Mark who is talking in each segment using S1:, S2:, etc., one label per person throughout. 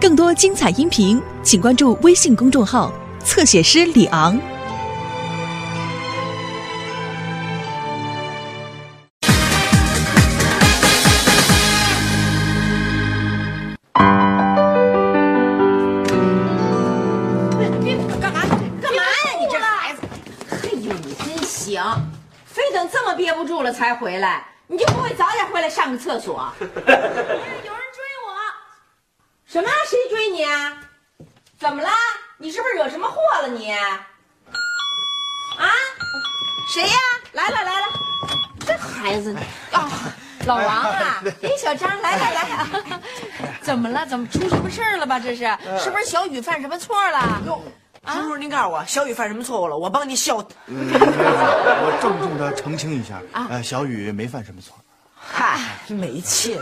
S1: 更多精彩音频，请关注微信公众号“侧写师李昂”。
S2: 你干嘛？干嘛呀？你这孩子！
S3: 哎呦，你真行，
S2: 非等这么憋不住了才回来，你就不会早点回来上个厕所？有人追我！什么？谁追你啊？怎么啦？你是不是惹什么祸了你？啊？谁呀？来了来了！这孩子啊，老王啊，哎，小张，来来来啊！怎么了？怎么出什么事儿了吧？这是是不是小雨犯什么错了？
S4: 叔叔，您告诉我，小雨犯什么错误了？我帮你消。
S5: 我郑重的澄清一下，呃，小雨没犯什么错。
S4: 嗨，没气。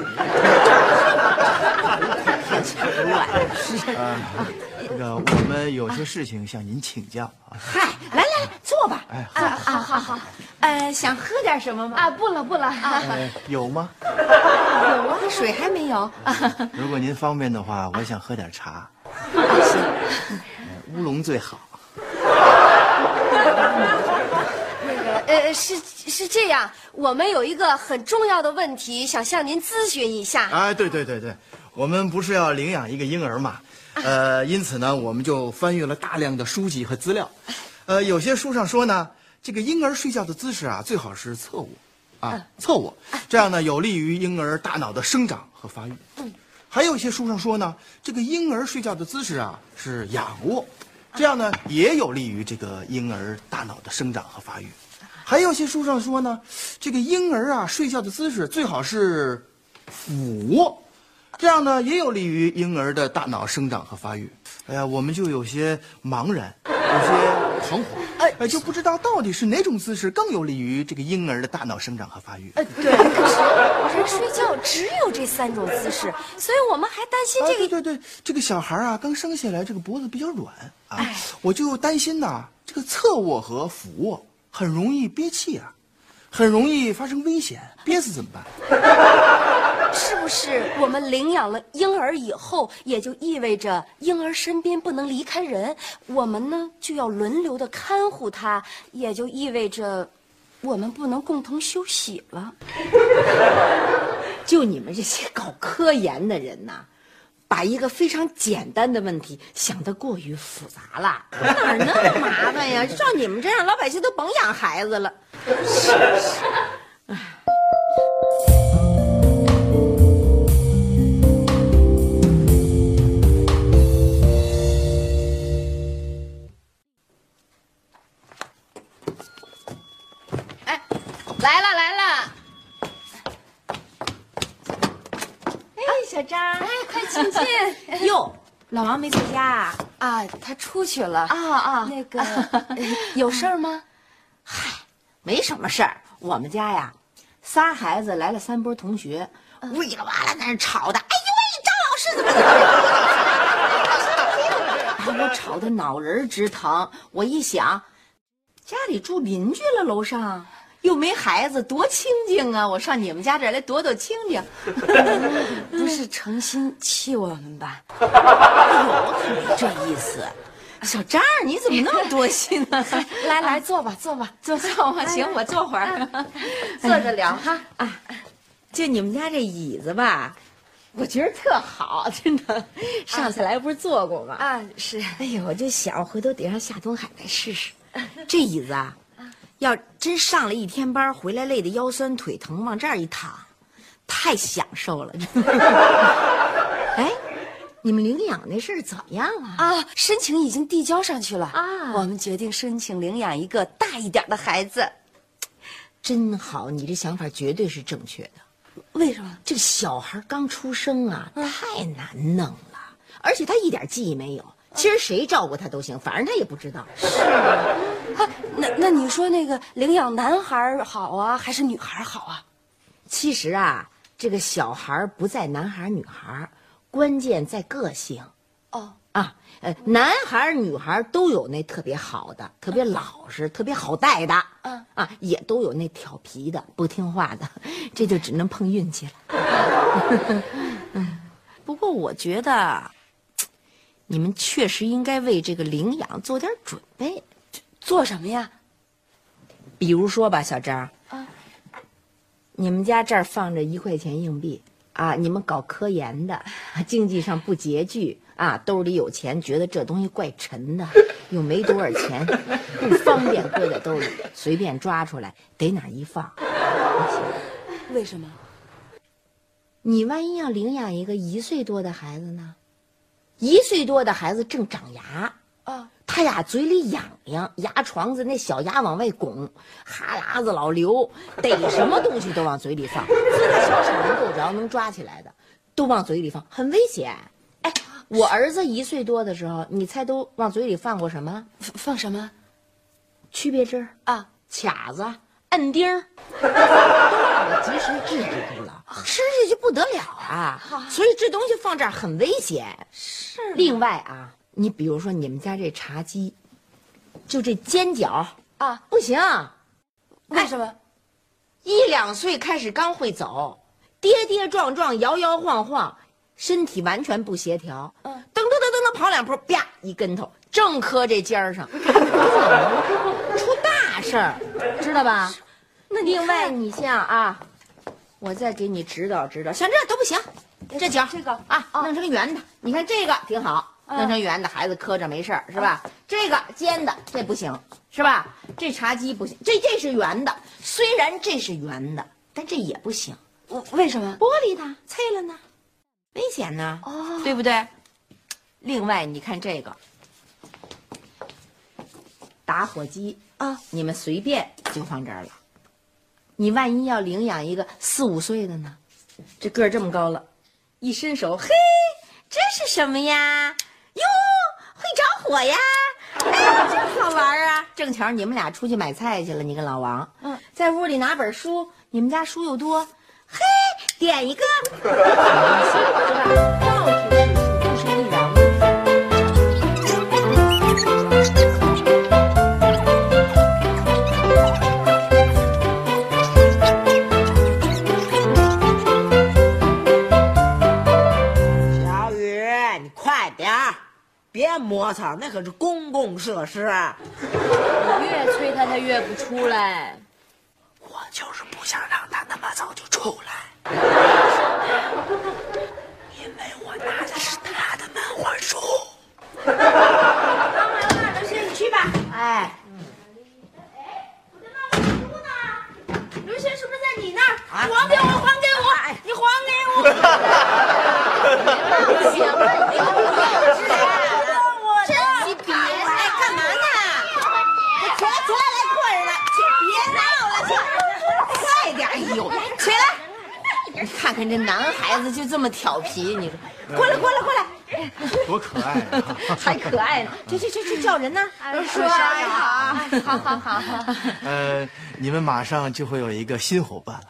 S5: 那个，我们有些事情向您请教啊。
S2: 嗨，哎来来来，坐吧。
S5: 哎，
S2: 好好好，呃，想喝点什么吗？
S3: 啊！不了不了，
S5: 呃有吗？
S2: 有啊，水还没有。
S5: 如果您方便的话，我想喝点茶。呃行，乌龙最好。
S3: 呃，是是这样，我们有一个很重要的问题想向您咨询一下。
S5: 哎，对对对对，我们不是要领养一个婴儿嘛？呃，因此呢，我们就翻阅了大量的书籍和资料。呃，有些书上说呢，这个婴儿睡觉的姿势啊，最好是侧卧，啊，侧卧，这样呢，有利于婴儿大脑的生长和发育。还有一些书上说呢，这个婴儿睡觉的姿势啊是仰卧，这样呢也有利于这个婴儿大脑的生长和发育。还有些书上说呢，这个婴儿啊睡觉的姿势最好是俯卧，这样呢也有利于婴儿的大脑生长和发育。哎呀，我们就有些茫然，有些彷徨，哎，就不知道到底是哪种姿势更有利于这个婴儿的大脑生长和发育。
S3: 哎呃人睡觉只有这三种姿势，所以我们还担心
S5: 啊，
S3: 这
S5: 对
S3: 个。
S5: 对对，这个小孩啊，刚生下来，这个脖子比较软啊，
S3: 哎
S5: 我就担心呐、这个侧卧和俯卧很容易憋气啊，很容易发生危险，憋死怎 么办？
S3: 是不是我们领养了婴儿以后，也就意味着婴儿身边不能离开人，我们呢就要轮流的看护他，也就意味着我们不能共同休息了。
S6: 就你们这些搞科研的人呐，把一个非常简单的问题想得过于复杂了，
S2: 哪儿那么麻烦呀？照你们这样，老百姓都甭养孩子了。
S3: 来了来了，
S2: 哎，小张，哎，
S3: 快请进。
S2: 哟，老王没在家啊？
S3: 啊，他出去了
S6: 啊啊
S3: 那 个有事儿吗？
S6: 没什么事儿。我们家呀，仨孩子来了三波同学，呜里哇啦在那吵的，哎呦喂，张老师怎么怎么怎么怎么怎么怎么怎么怎么，把我吵得脑仁儿直疼。我一想，家里住邻居了，楼上又没孩子，多清静啊！我上你们家这儿来躲躲清静。
S3: 不是诚心气我们吧？
S6: 这意思。小张儿，你怎么那么多心呢？
S3: 来来，坐吧，坐吧，
S6: 坐坐吧，行，我坐会儿，
S3: 坐着聊哈。
S6: 就你们家这椅子吧，我觉得特好，真的。上次来不是坐过吗？
S3: 啊，是
S6: 哎呦，我就想回头得上夏东海来试试。这椅子啊，要真上了一天班回来累得腰酸腿疼，往这儿一躺，太享受了。 真的哎，你们领养那事儿怎么样啊？
S3: 啊，申请已经递交上去了
S6: 啊
S3: 我们决定申请领养一个大一点的孩子，
S6: 真好，你这想法绝对是正确的。
S3: 为什么？
S6: 这个小孩刚出生啊，
S3: 嗯
S6: 太难弄了，而且他一点记忆没有。其实谁照顾他都行，反正他也不知道。
S3: 啊，那那你说那个领养男孩儿好啊，还是女孩儿好啊？
S6: 其实啊，这个小孩不在男孩女孩，关键在个性
S3: 哦，
S6: 啊。呃，男孩女孩都有那特别好的，特别老实，特别好带的。
S3: 嗯
S6: 啊，也都有那调皮的、不听话的， 这就只能碰运气了。
S2: 不过我觉得，
S6: 你们确实应该为这个领养做点准备。
S3: 做什么呀？
S6: 比如说吧，小张，
S3: 啊，
S6: 你们家这儿放着一块钱硬币啊，你们搞科研的， 经济上不拮据啊，兜里有钱，觉得这东西怪沉的，又没多少钱， 不方便搁在兜里，随便抓出来，逮哪儿一放。
S3: 为什么？
S6: 你万一要领养一个一岁多的孩子呢？一岁多的孩子正长牙，
S3: 啊，
S6: 他呀嘴里痒痒，牙床子那小牙往外拱，哈喇子老流，逮什么东西都往嘴里放，自个小手能够着，能抓起来的，都往嘴里放，很危险。哎，我儿子一岁多的时候，你猜都往嘴里放过什么？
S3: 放放什么？
S6: 区别针儿
S3: 啊，
S6: 卡子、摁钉儿，都让 我及时制止住了，吃下去不得了啊！所以这东西放这儿很危险。是。另外啊，你比如说你们家这茶几，就这尖角
S3: 啊，
S6: 不行，
S3: 为什么？
S6: 一两岁开始刚会走，跌跌撞撞、摇摇晃晃，身体完全不协调。嗯，噔噔噔噔噔跑两步，啪一跟头，正磕这尖儿 上，出大事儿，知道吧？那另外你像啊，我再给你指导指导，像这都不行，这角
S3: 这个哦嗯
S6: 啊，弄成圆的，你看这个挺好。弄成圆的，孩子磕着没事儿是吧？这个尖的这不行是吧？这茶几不行，这这是圆的，虽然这是圆的，但这也不行，
S3: 我为什么？
S6: 玻璃呢，碎了呢，危险呢，
S3: 哦
S6: 对不对？另外，你看这个打火机
S3: 啊，
S6: 你们随便就放这儿了。你万一要领养一个四五岁的呢？这个儿这么高了，一伸手，嘿，这是什么呀？哟，会着火呀！哎，真好玩啊！正巧你们俩出去买菜去了，你跟老王，嗯，在屋里拿本书，你们家书又多，嘿，点一个，是吧？到处是书，都是一览无遗。
S4: 小雨，你快点儿，别磨蹭，那可是公共设施。
S2: 越催他，他越不出来。
S4: 我就是不想让他那么早就出来，因为我拿的是他的漫画书。
S2: 你去吧。
S6: 哎，
S2: 刘轩是不是在你那儿？还给我，还给我！你还给我！
S6: 行了，你 幼稚
S2: 我的
S6: 你啊别哎，干嘛呢？
S2: 起来，起来，来，过人来，去，别闹了，去，快点，哎呦，起来。
S6: 你看看这男孩子就这么调皮，你说
S2: 过来，过来，过来！
S5: 多可爱啊！
S6: 还可爱呢？这这这这叫人呢？
S2: 叔好
S3: 好好好，
S5: 呃，你们马上就会有一个新伙伴了。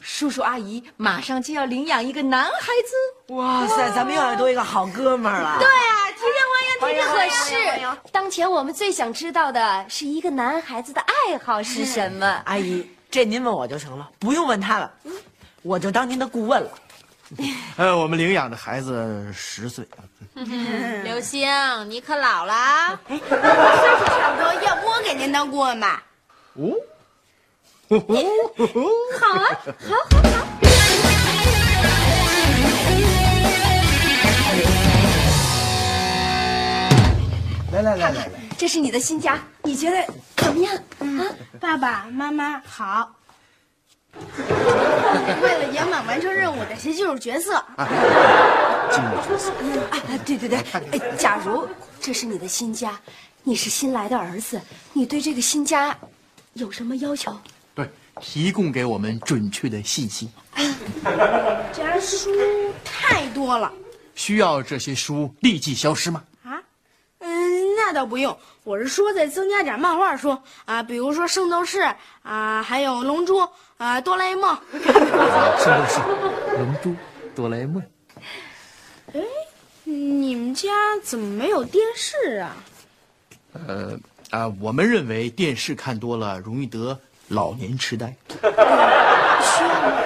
S6: 叔叔阿姨马上就要领养一个男孩子，
S4: 哇塞，咱们又要多一个好哥们儿了。对，
S2: 啊，提前欢迎，提前
S3: 可是当前我们最想知道的是一个男孩子的爱好是什么？
S4: 阿姨，这您问我就行了，不用问他了，我就当您的顾问了。
S5: 呃，我们领养的孩子十岁，
S7: 刘星，你可老了啊！
S2: 差不多，要不我给您当顾问吧？
S5: 哦，来来来来来，
S3: 这是你的新家，你觉得怎么样？
S5: 嗯
S3: 啊
S8: 爸爸妈妈好。为了圆满完成任务，得先进入角色。
S5: 啊进入
S3: 啊，对对对，哎，假如这是你的新家，你是新来的儿子，你对这个新家有什么要求？
S5: 对，提供给我们准确的信息，
S8: 这样书太多了
S5: 需要这些书立即消失吗？
S8: 啊！嗯，那倒不用，我是说再增加点漫画书啊，比如说《圣斗士》啊，还有《龙珠》啊，《哆啦 A 梦》。
S5: 圣斗士、龙珠、哆啦 A 梦，
S8: 你们家怎么没有电视啊？
S5: 呃啊、我们认为电视看多了容易得老年痴呆。
S8: 呃，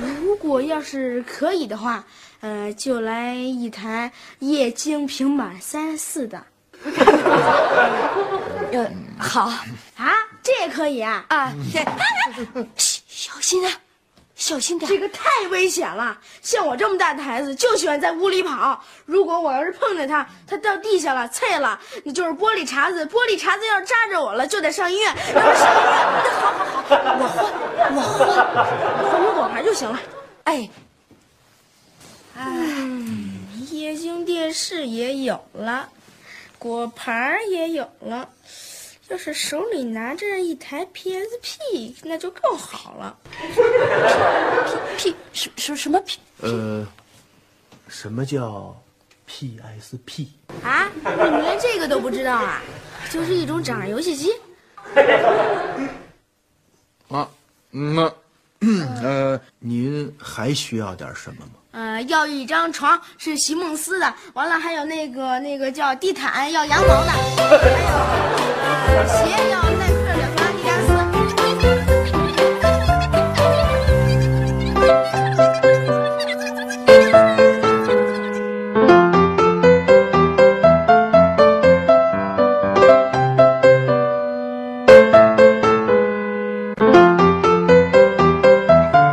S8: 如果
S3: 果要是可以的话，呃，就来一台液晶平板三四 的
S9: 呃，好
S3: 啊，这也可以啊。
S9: 啊，对， 嘘小心啊，小心点
S3: 这。个太危险了！像我这么大的孩子，就喜欢在屋里跑。如果我要是碰着他，他掉地下了、碎了，那就是玻璃碴子。玻璃碴子要是扎着我了，就得上医院。要是上医院，那好好好，我换，我换，换成果盘就行了。
S9: 哎，
S3: 液晶电视也有了，果盘儿也有了，要是手里拿着一台 PSP，那就更好了。
S9: 屁什什什么屁？
S10: 呃，什么叫 PSP？
S3: 啊，你们连这个都不知道啊？就是一种掌上游戏机。
S10: 啊，嗯那嗯呃，您还需要点什么吗？
S3: 呃，要一张床是席梦思的，完了还有那个那个叫地毯，要羊毛的，还有呃鞋要耐克的，和阿迪达斯。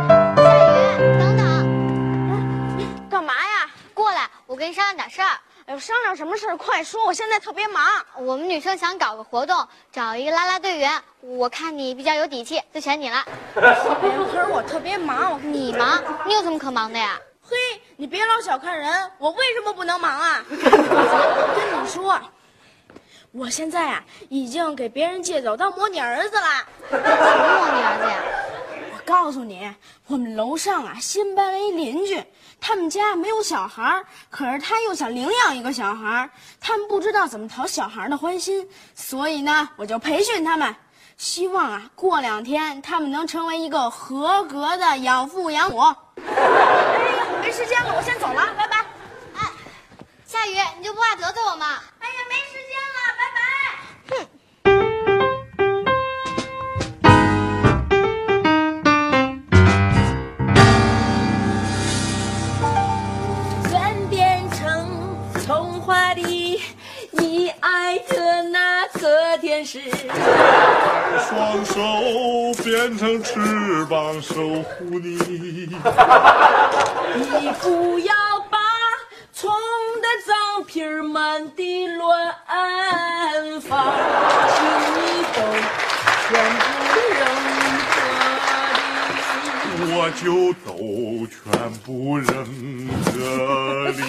S11: 等等，
S3: 干嘛呀？
S11: 过来，我跟你商量点事儿。
S3: 哎呦，商量什么事儿？快说，我现在特别忙。
S11: 我们女生想搞个活动，找一个啦啦队员，我看你比较有底气，就选你了。
S3: 哎呦，可是我特别忙。我
S11: 你忙，你有什么可忙的呀？
S3: 嘿，你别老小看人，我为什么不能 忙啊？我跟你说，我现在啊已经给别人借走当模拟儿子了。
S11: 什么模拟儿子呀？
S3: 我告诉你，我们楼上啊新搬来一邻居，他们家没有小孩儿，可是他又想领养一个小孩儿，他们不知道怎么讨小孩儿的欢心，所以呢，我就培训他们，希望啊过两天他们能成为一个合格的养父养母。哎呀，没时间了，我先走了，拜拜。
S11: 下雨，你就不怕得罪我吗？
S3: 哎呀，没时间了，拜拜。
S2: 转变成童话里你爱的那个天使。
S5: 双手变成翅膀守护你，
S2: 你不要把虫的脏皮儿满地乱放，请你都全部扔这里。
S5: 我就都全部扔这里。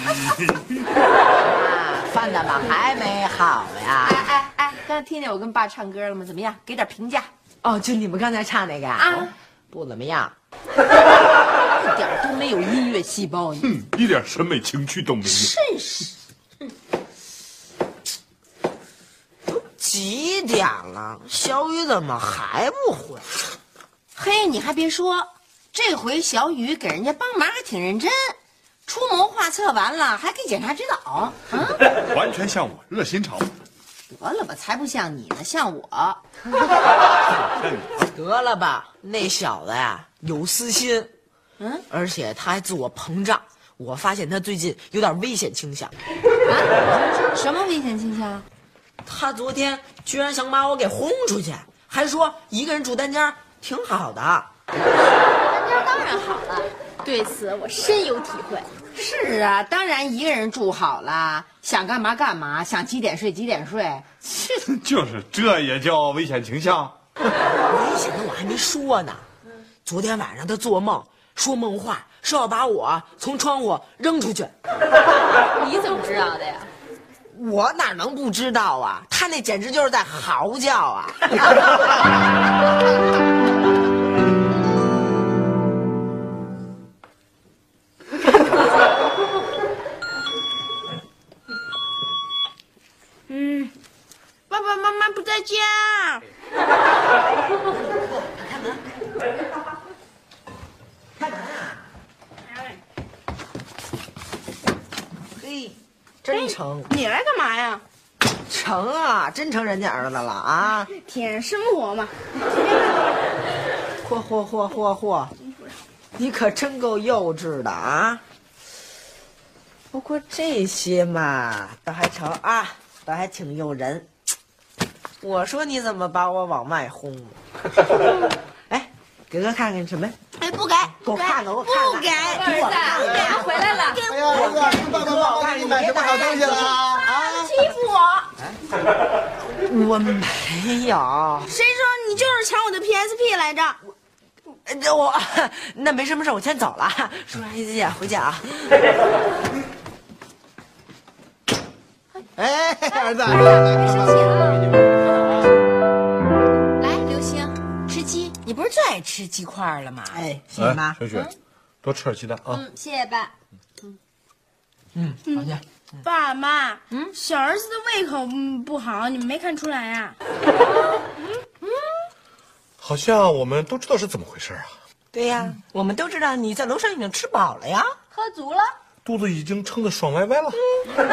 S4: 饭怎么还没好呀？
S2: 哎哎哎，刚才听见我跟爸唱歌了吗？怎么样？给点评价。
S4: 哦，就你们刚才唱那个啊，不怎么样，
S2: 一点儿都没有音乐细胞，你
S5: 嗯，一点审美情趣都没有。
S4: 几点了？小雨怎么还不回？
S6: 嘿，你还别说，这回小雨给人家帮忙还挺认真，出谋划策完了还给检查指导。
S5: 完全像我，热心肠。
S6: 得了吧，才不像你呢，像我。
S4: 得了吧，那小子呀有私心，嗯，而且他还自我膨胀。我发现他最近有点危险倾向，
S12: 啊什么危险倾向？
S4: 他昨天居然想把我给轰出去，还说一个人住单间儿挺好的。
S11: 那家当然好了。
S12: 对此我深有体会。
S6: 是啊，当然一个人住好了，想干嘛干嘛，想几点睡几点睡。
S5: 就是这也叫危险倾向？
S4: 危险的我还没说呢。昨天晚上他做梦说梦话，说要把我从窗户扔出去，
S12: 你怎么知道的呀？
S4: 我哪能不知道啊？他那简直就是在嚎叫啊！
S3: 爸爸妈妈不在家。
S4: 嘿，真成
S3: 你来干嘛呀？
S4: 成啊，真成人家儿子了啊！
S3: 体验生活嘛。
S4: 嚯嚯嚯嚯嚯！你可真够幼稚的啊！不过这些嘛，倒还成啊，倒还挺诱人。我说你怎么把我往外轰 呢？哎，给哥看看什么？
S2: 哎，不给，
S4: 给我看看，我
S2: 不
S4: 看看，
S2: 给，
S7: 啊
S4: 给我看看。
S2: 俩回来了，
S5: 哎呀，儿子，爸爸妈妈给你买什么好东西了啊？
S2: 欺负我。
S4: 我没有，
S8: 谁说你就是抢我的 PSP 来着？
S4: 这我那没什么事，我先走了。叔叔阿姨再见，回见啊。
S5: 哎，儿子，儿子，
S7: 来，刘星，吃鸡，你不是最爱吃鸡块了吗？
S4: 哎，谢谢妈。
S13: 雪
S1: 嗯
S13: 雪，多吃点鸡蛋啊！
S7: 嗯，谢谢爸。
S4: 嗯，好见。
S8: 爸妈，嗯，小儿子的胃口嗯不好，你们没看出来呀、
S13: 好像我们都知道是怎么回事啊，
S4: 对呀，我们都知道你在楼上已经吃饱了呀。
S7: 喝足了，
S13: 肚子已经撑得爽歪歪了。
S8: 这年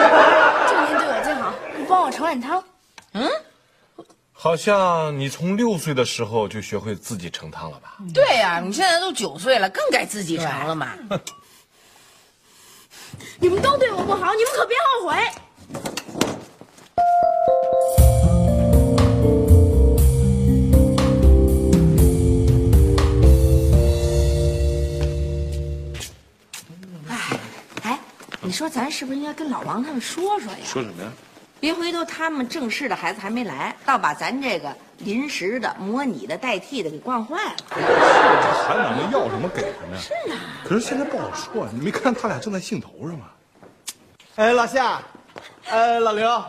S8: 对我最好，你帮我盛碗汤。
S13: 好像你从六岁的时候就学会自己盛汤了吧？
S14: 对呀、你现在都九岁了，更该自己尝了嘛。
S8: 你们都对我不好，你们可别后悔。
S6: 哎，你说咱是不是应该跟老王他们说说呀？
S13: 说什么呀？
S6: 别回头他们正式的孩子还没来，倒把咱这个临时的、模拟的、代替的给惯坏了。
S13: 韩奶奶要什么给什么呀？是啊。可是现在不好说，你没看他俩正在兴头上吗？
S5: 哎，老夏，哎，老刘，
S1: 哟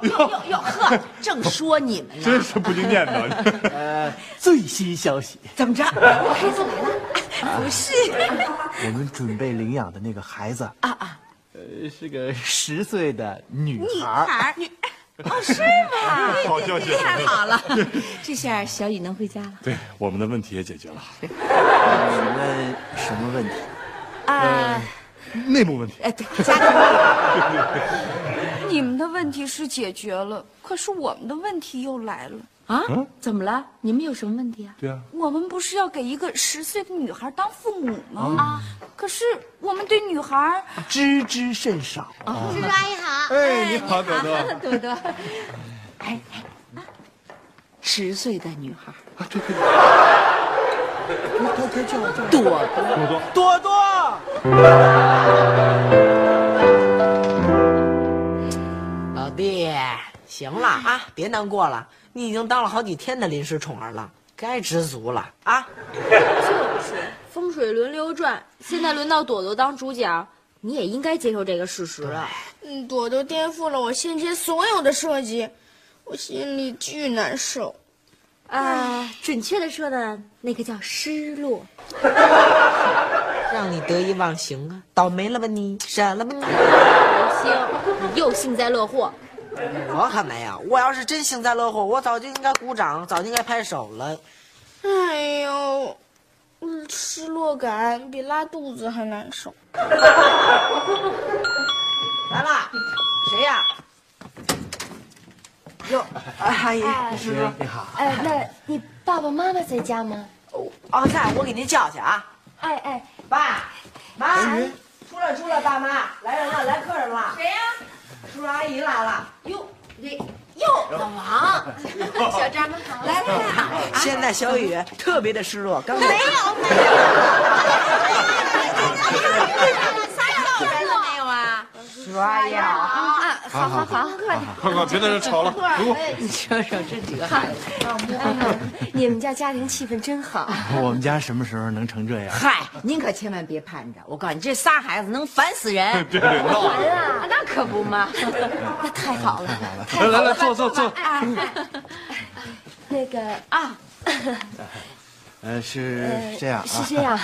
S1: 哟呵，正说你们呢，
S13: 真是不经念 叨。
S5: 呃，最新消息，
S1: 怎么着？哎我孩子来了？不是，
S5: 我们准备领养的那个孩子啊啊，呃，是个十岁的女孩儿。
S6: 孩儿，
S1: 哦，是吗？
S13: 好消息！
S1: 太好了，这下小雨能回家了。
S13: 对，我们的问题也解决了，
S5: 你们什么问题？
S3: 啊，
S13: 内幕问题。
S3: 哎，对，家庭。你们的问题是解决了，可是我们的问题又来了。
S1: 啊
S13: 嗯？
S1: 怎么了？你们有什么问题啊？
S13: 对啊，
S3: 我们不是要给一个十岁的女孩当父母吗？啊，可是我们对女孩儿
S5: 知之甚少。
S15: 叔叔阿姨好。
S13: 哎，你好，朵朵。
S1: 对对。哎哎，
S6: 十岁的女孩儿，
S13: 啊
S1: 朵
S5: 朵朵，
S4: 老弟，行了啊，别难过了，你已经当了好几天的临时宠儿了，该知足了啊。
S7: 风水轮流转，现在轮到朵朵当主 角，你也应该接受这个事实了。
S8: 嗯，朵朵颠覆了我先前所有的设计，我心里巨难受。
S3: 呃
S7: 啊，准确的说呢，那个叫失落。
S4: 让你得意忘形啊！倒霉了吧你，闪了吧你！
S7: 刘星，你又幸灾乐祸。
S4: 我可没有，我要是真幸灾乐祸，我早就应该鼓掌，早就应该拍手了。
S8: 哎呦，嗯，失落感比拉肚子还难受。
S4: 来了，谁呀？哟，阿
S7: 哎
S4: 姨，叔叔，
S5: 你好。
S3: 哎，那你爸爸妈妈在家吗？
S4: 哦，在我给您叫去啊！
S3: 哎哎，
S4: 爸，妈，出来出来，爸妈，来人了，来客人了。谁呀？叔叔阿姨来
S7: 啊
S4: 了。
S7: 小张们好，来来来，
S4: 现在小雨特别的失落，刚才
S7: 到人了没有啊？
S4: 叔叔阿姨好。
S3: 啊，好好好，
S13: 快快，别在这吵了， 给我。
S3: 你们家家庭气氛真好。
S5: 我们家什么时候能成这样？
S14: 嗨，您可千万别盼着，我告诉你，这仨孩子能烦死人。
S13: 对对，闹。
S3: 那可不嘛， 那 太好了。哎
S13: 来来来，坐坐坐。
S3: 那个啊，
S5: 呃，是这样啊。嗯
S3: 是 这样，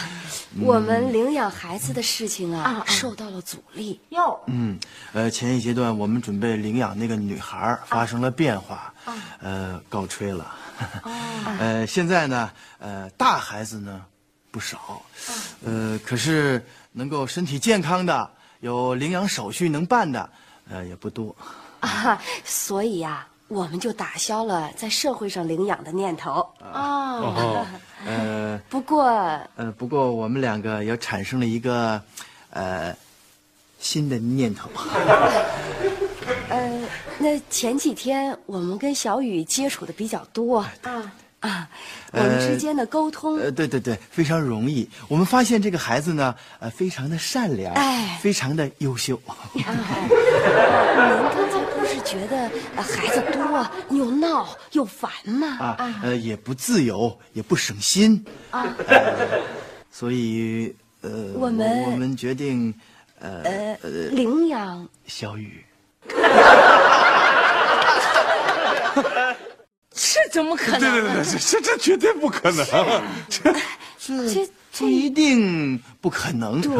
S3: 我们领养孩子的事情啊，受到了阻力。
S5: 嗯，呃，前一阶段我们准备领养那个女孩儿发生了变化，呃，告吹了。 呃，现在呢，呃，大孩子呢不少，呃，可是能够身体健康的、有领养手续能办的，呃，也不多。
S3: 啊，所以呀、我们就打消了在社会上领养的念头。
S5: 哦，呃，
S3: 不过
S5: 呃，不过我们两个也产生了一个，呃，新的念头。
S3: 呃，那前几天我们跟小雨接触的比较多
S5: 哎
S3: 啊啊，我们之间的沟通，
S5: 呃，对对对，非常容易。我们发现这个孩子呢，呃，非常的善良，
S3: 哎
S5: 非常的优秀。呃
S3: 您刚才不是觉得、呃孩子多又闹又烦吗？
S5: 啊，呃，也不自由，也不省心，呃
S3: 啊
S5: 所以呃，
S3: 我们
S5: 我们决定，呃
S3: 呃，领养
S5: 小雨，
S6: 是怎么可能？
S13: 对对对，这这这绝对不可能，这
S5: 这不一定不可能。对，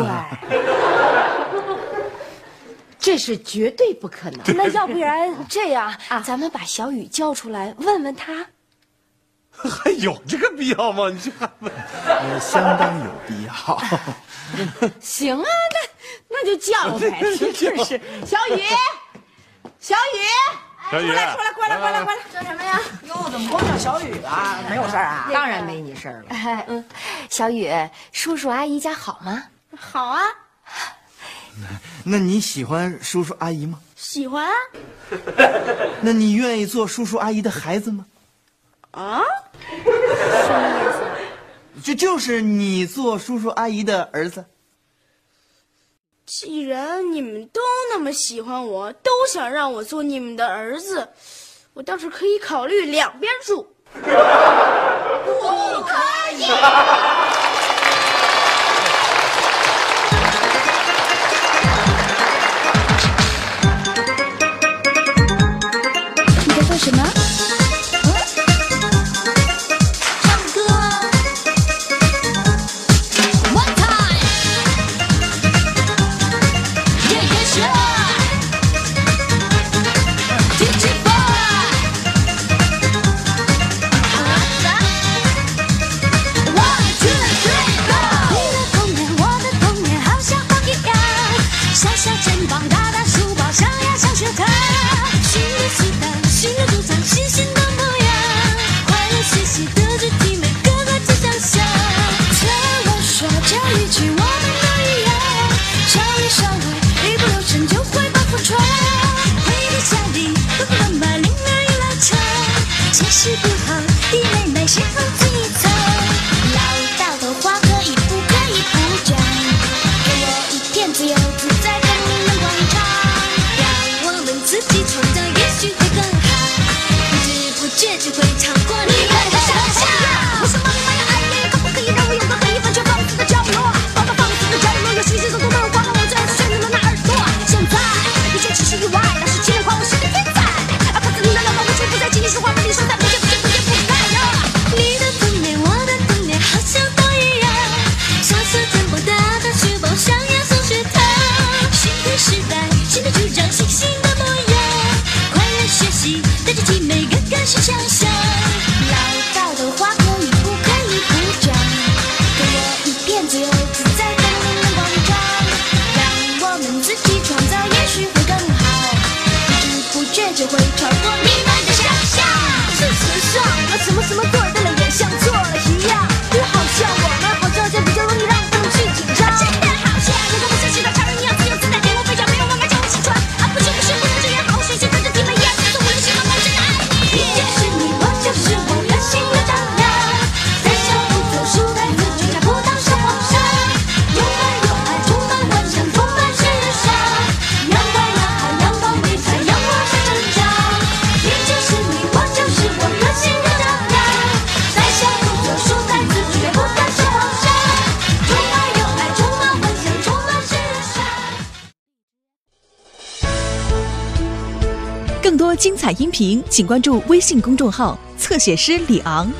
S3: 这是绝对不可能。那要不然这样，咱们把小雨叫出来问问他。
S13: 还哎有这个必要吗？你这
S5: 呃，相当有必要。
S6: 行啊，那那就叫呗，真是
S2: 小雨，小雨，
S13: 小啊雨
S2: 过来，过来，过来，过来，过来，
S3: 叫什么呀？
S4: 哟，怎么光叫小雨啊？没有事儿啊？
S14: 当然没你事儿了。
S3: 哎，嗯，小雨，叔叔阿姨家好吗？
S8: 好啊，
S5: 那你喜欢叔叔阿姨吗？
S8: 喜欢啊。
S5: 那你愿意做叔叔阿姨的孩子吗？
S8: 啊？
S5: 这 就是你做叔叔阿姨的儿子。
S8: 既然你们都那么喜欢我，都想让我做你们的儿子，我倒是可以考虑两边住。不可以！
S16: 你在做什么？嗯，唱歌。One time。Yeah yeah sure。DJ boy。One two three go。你的童年，我的童年，好像花一样，小小肩膀，大大书包，上呀上学堂。新的时代，新的主场，新新的模样，快乐学习的肢体，每个个志向想。对我说这一句，我们都一样，稍一稍微，一不留神就会把风传。回到家里，爸爸妈妈铃儿一拉长，学习不好，弟妹妹谁放弃一层？老道的话可以不可以不讲？给我一片自由自在的迷人广场，让我们自己创造，也许会更好。不知不觉就会超过你的想象。我想妈妈呀，爱你，可不可以让我有个可以完全放肆的角落？放到放肆的角落，有学习的独门，关了我最爱炫耀的那耳朵。现在一切只是意外，老师接连夸我是个天才。啊，可是你的浪漫无处不在，请你说话把你说在不见不见不见不该哟。你的童年，我的童年，好像都一样。小小肩膀，大大书包，上呀上学堂。新的时代，新的主张，新新的模样。快乐学习，带着体美，个个是强项。老道的话可以不可以不讲？给我一片自由自在的明亮广场，让我们自己创造，也许会更好。不知不觉就会超过你们的想象。事实上，我什么什么做对了，也像错了一样。就好像我们好像就比较容易让他们去紧张。真的好像如果不像其他常人一样自由自在，天空飞翔，没有妈妈叫我起床。啊，不是不是，不能这样，好好学习，跟着你们一样，做我流行妈妈真的爱你。你就是你，我就是我，任性的张扬，在小路走，树在自己在不当小皇上。有爱有爱，充满幻想，充满时尚。阳光男孩，阳光女孩，让我们成长。你就是你，我就是我，任性的张扬，在小路走，树在自己在不当小皇上。有爱有爱，充满幻想，充满时尚。
S1: 更多精彩音频，请关注微信公众号“侧写师李昂”。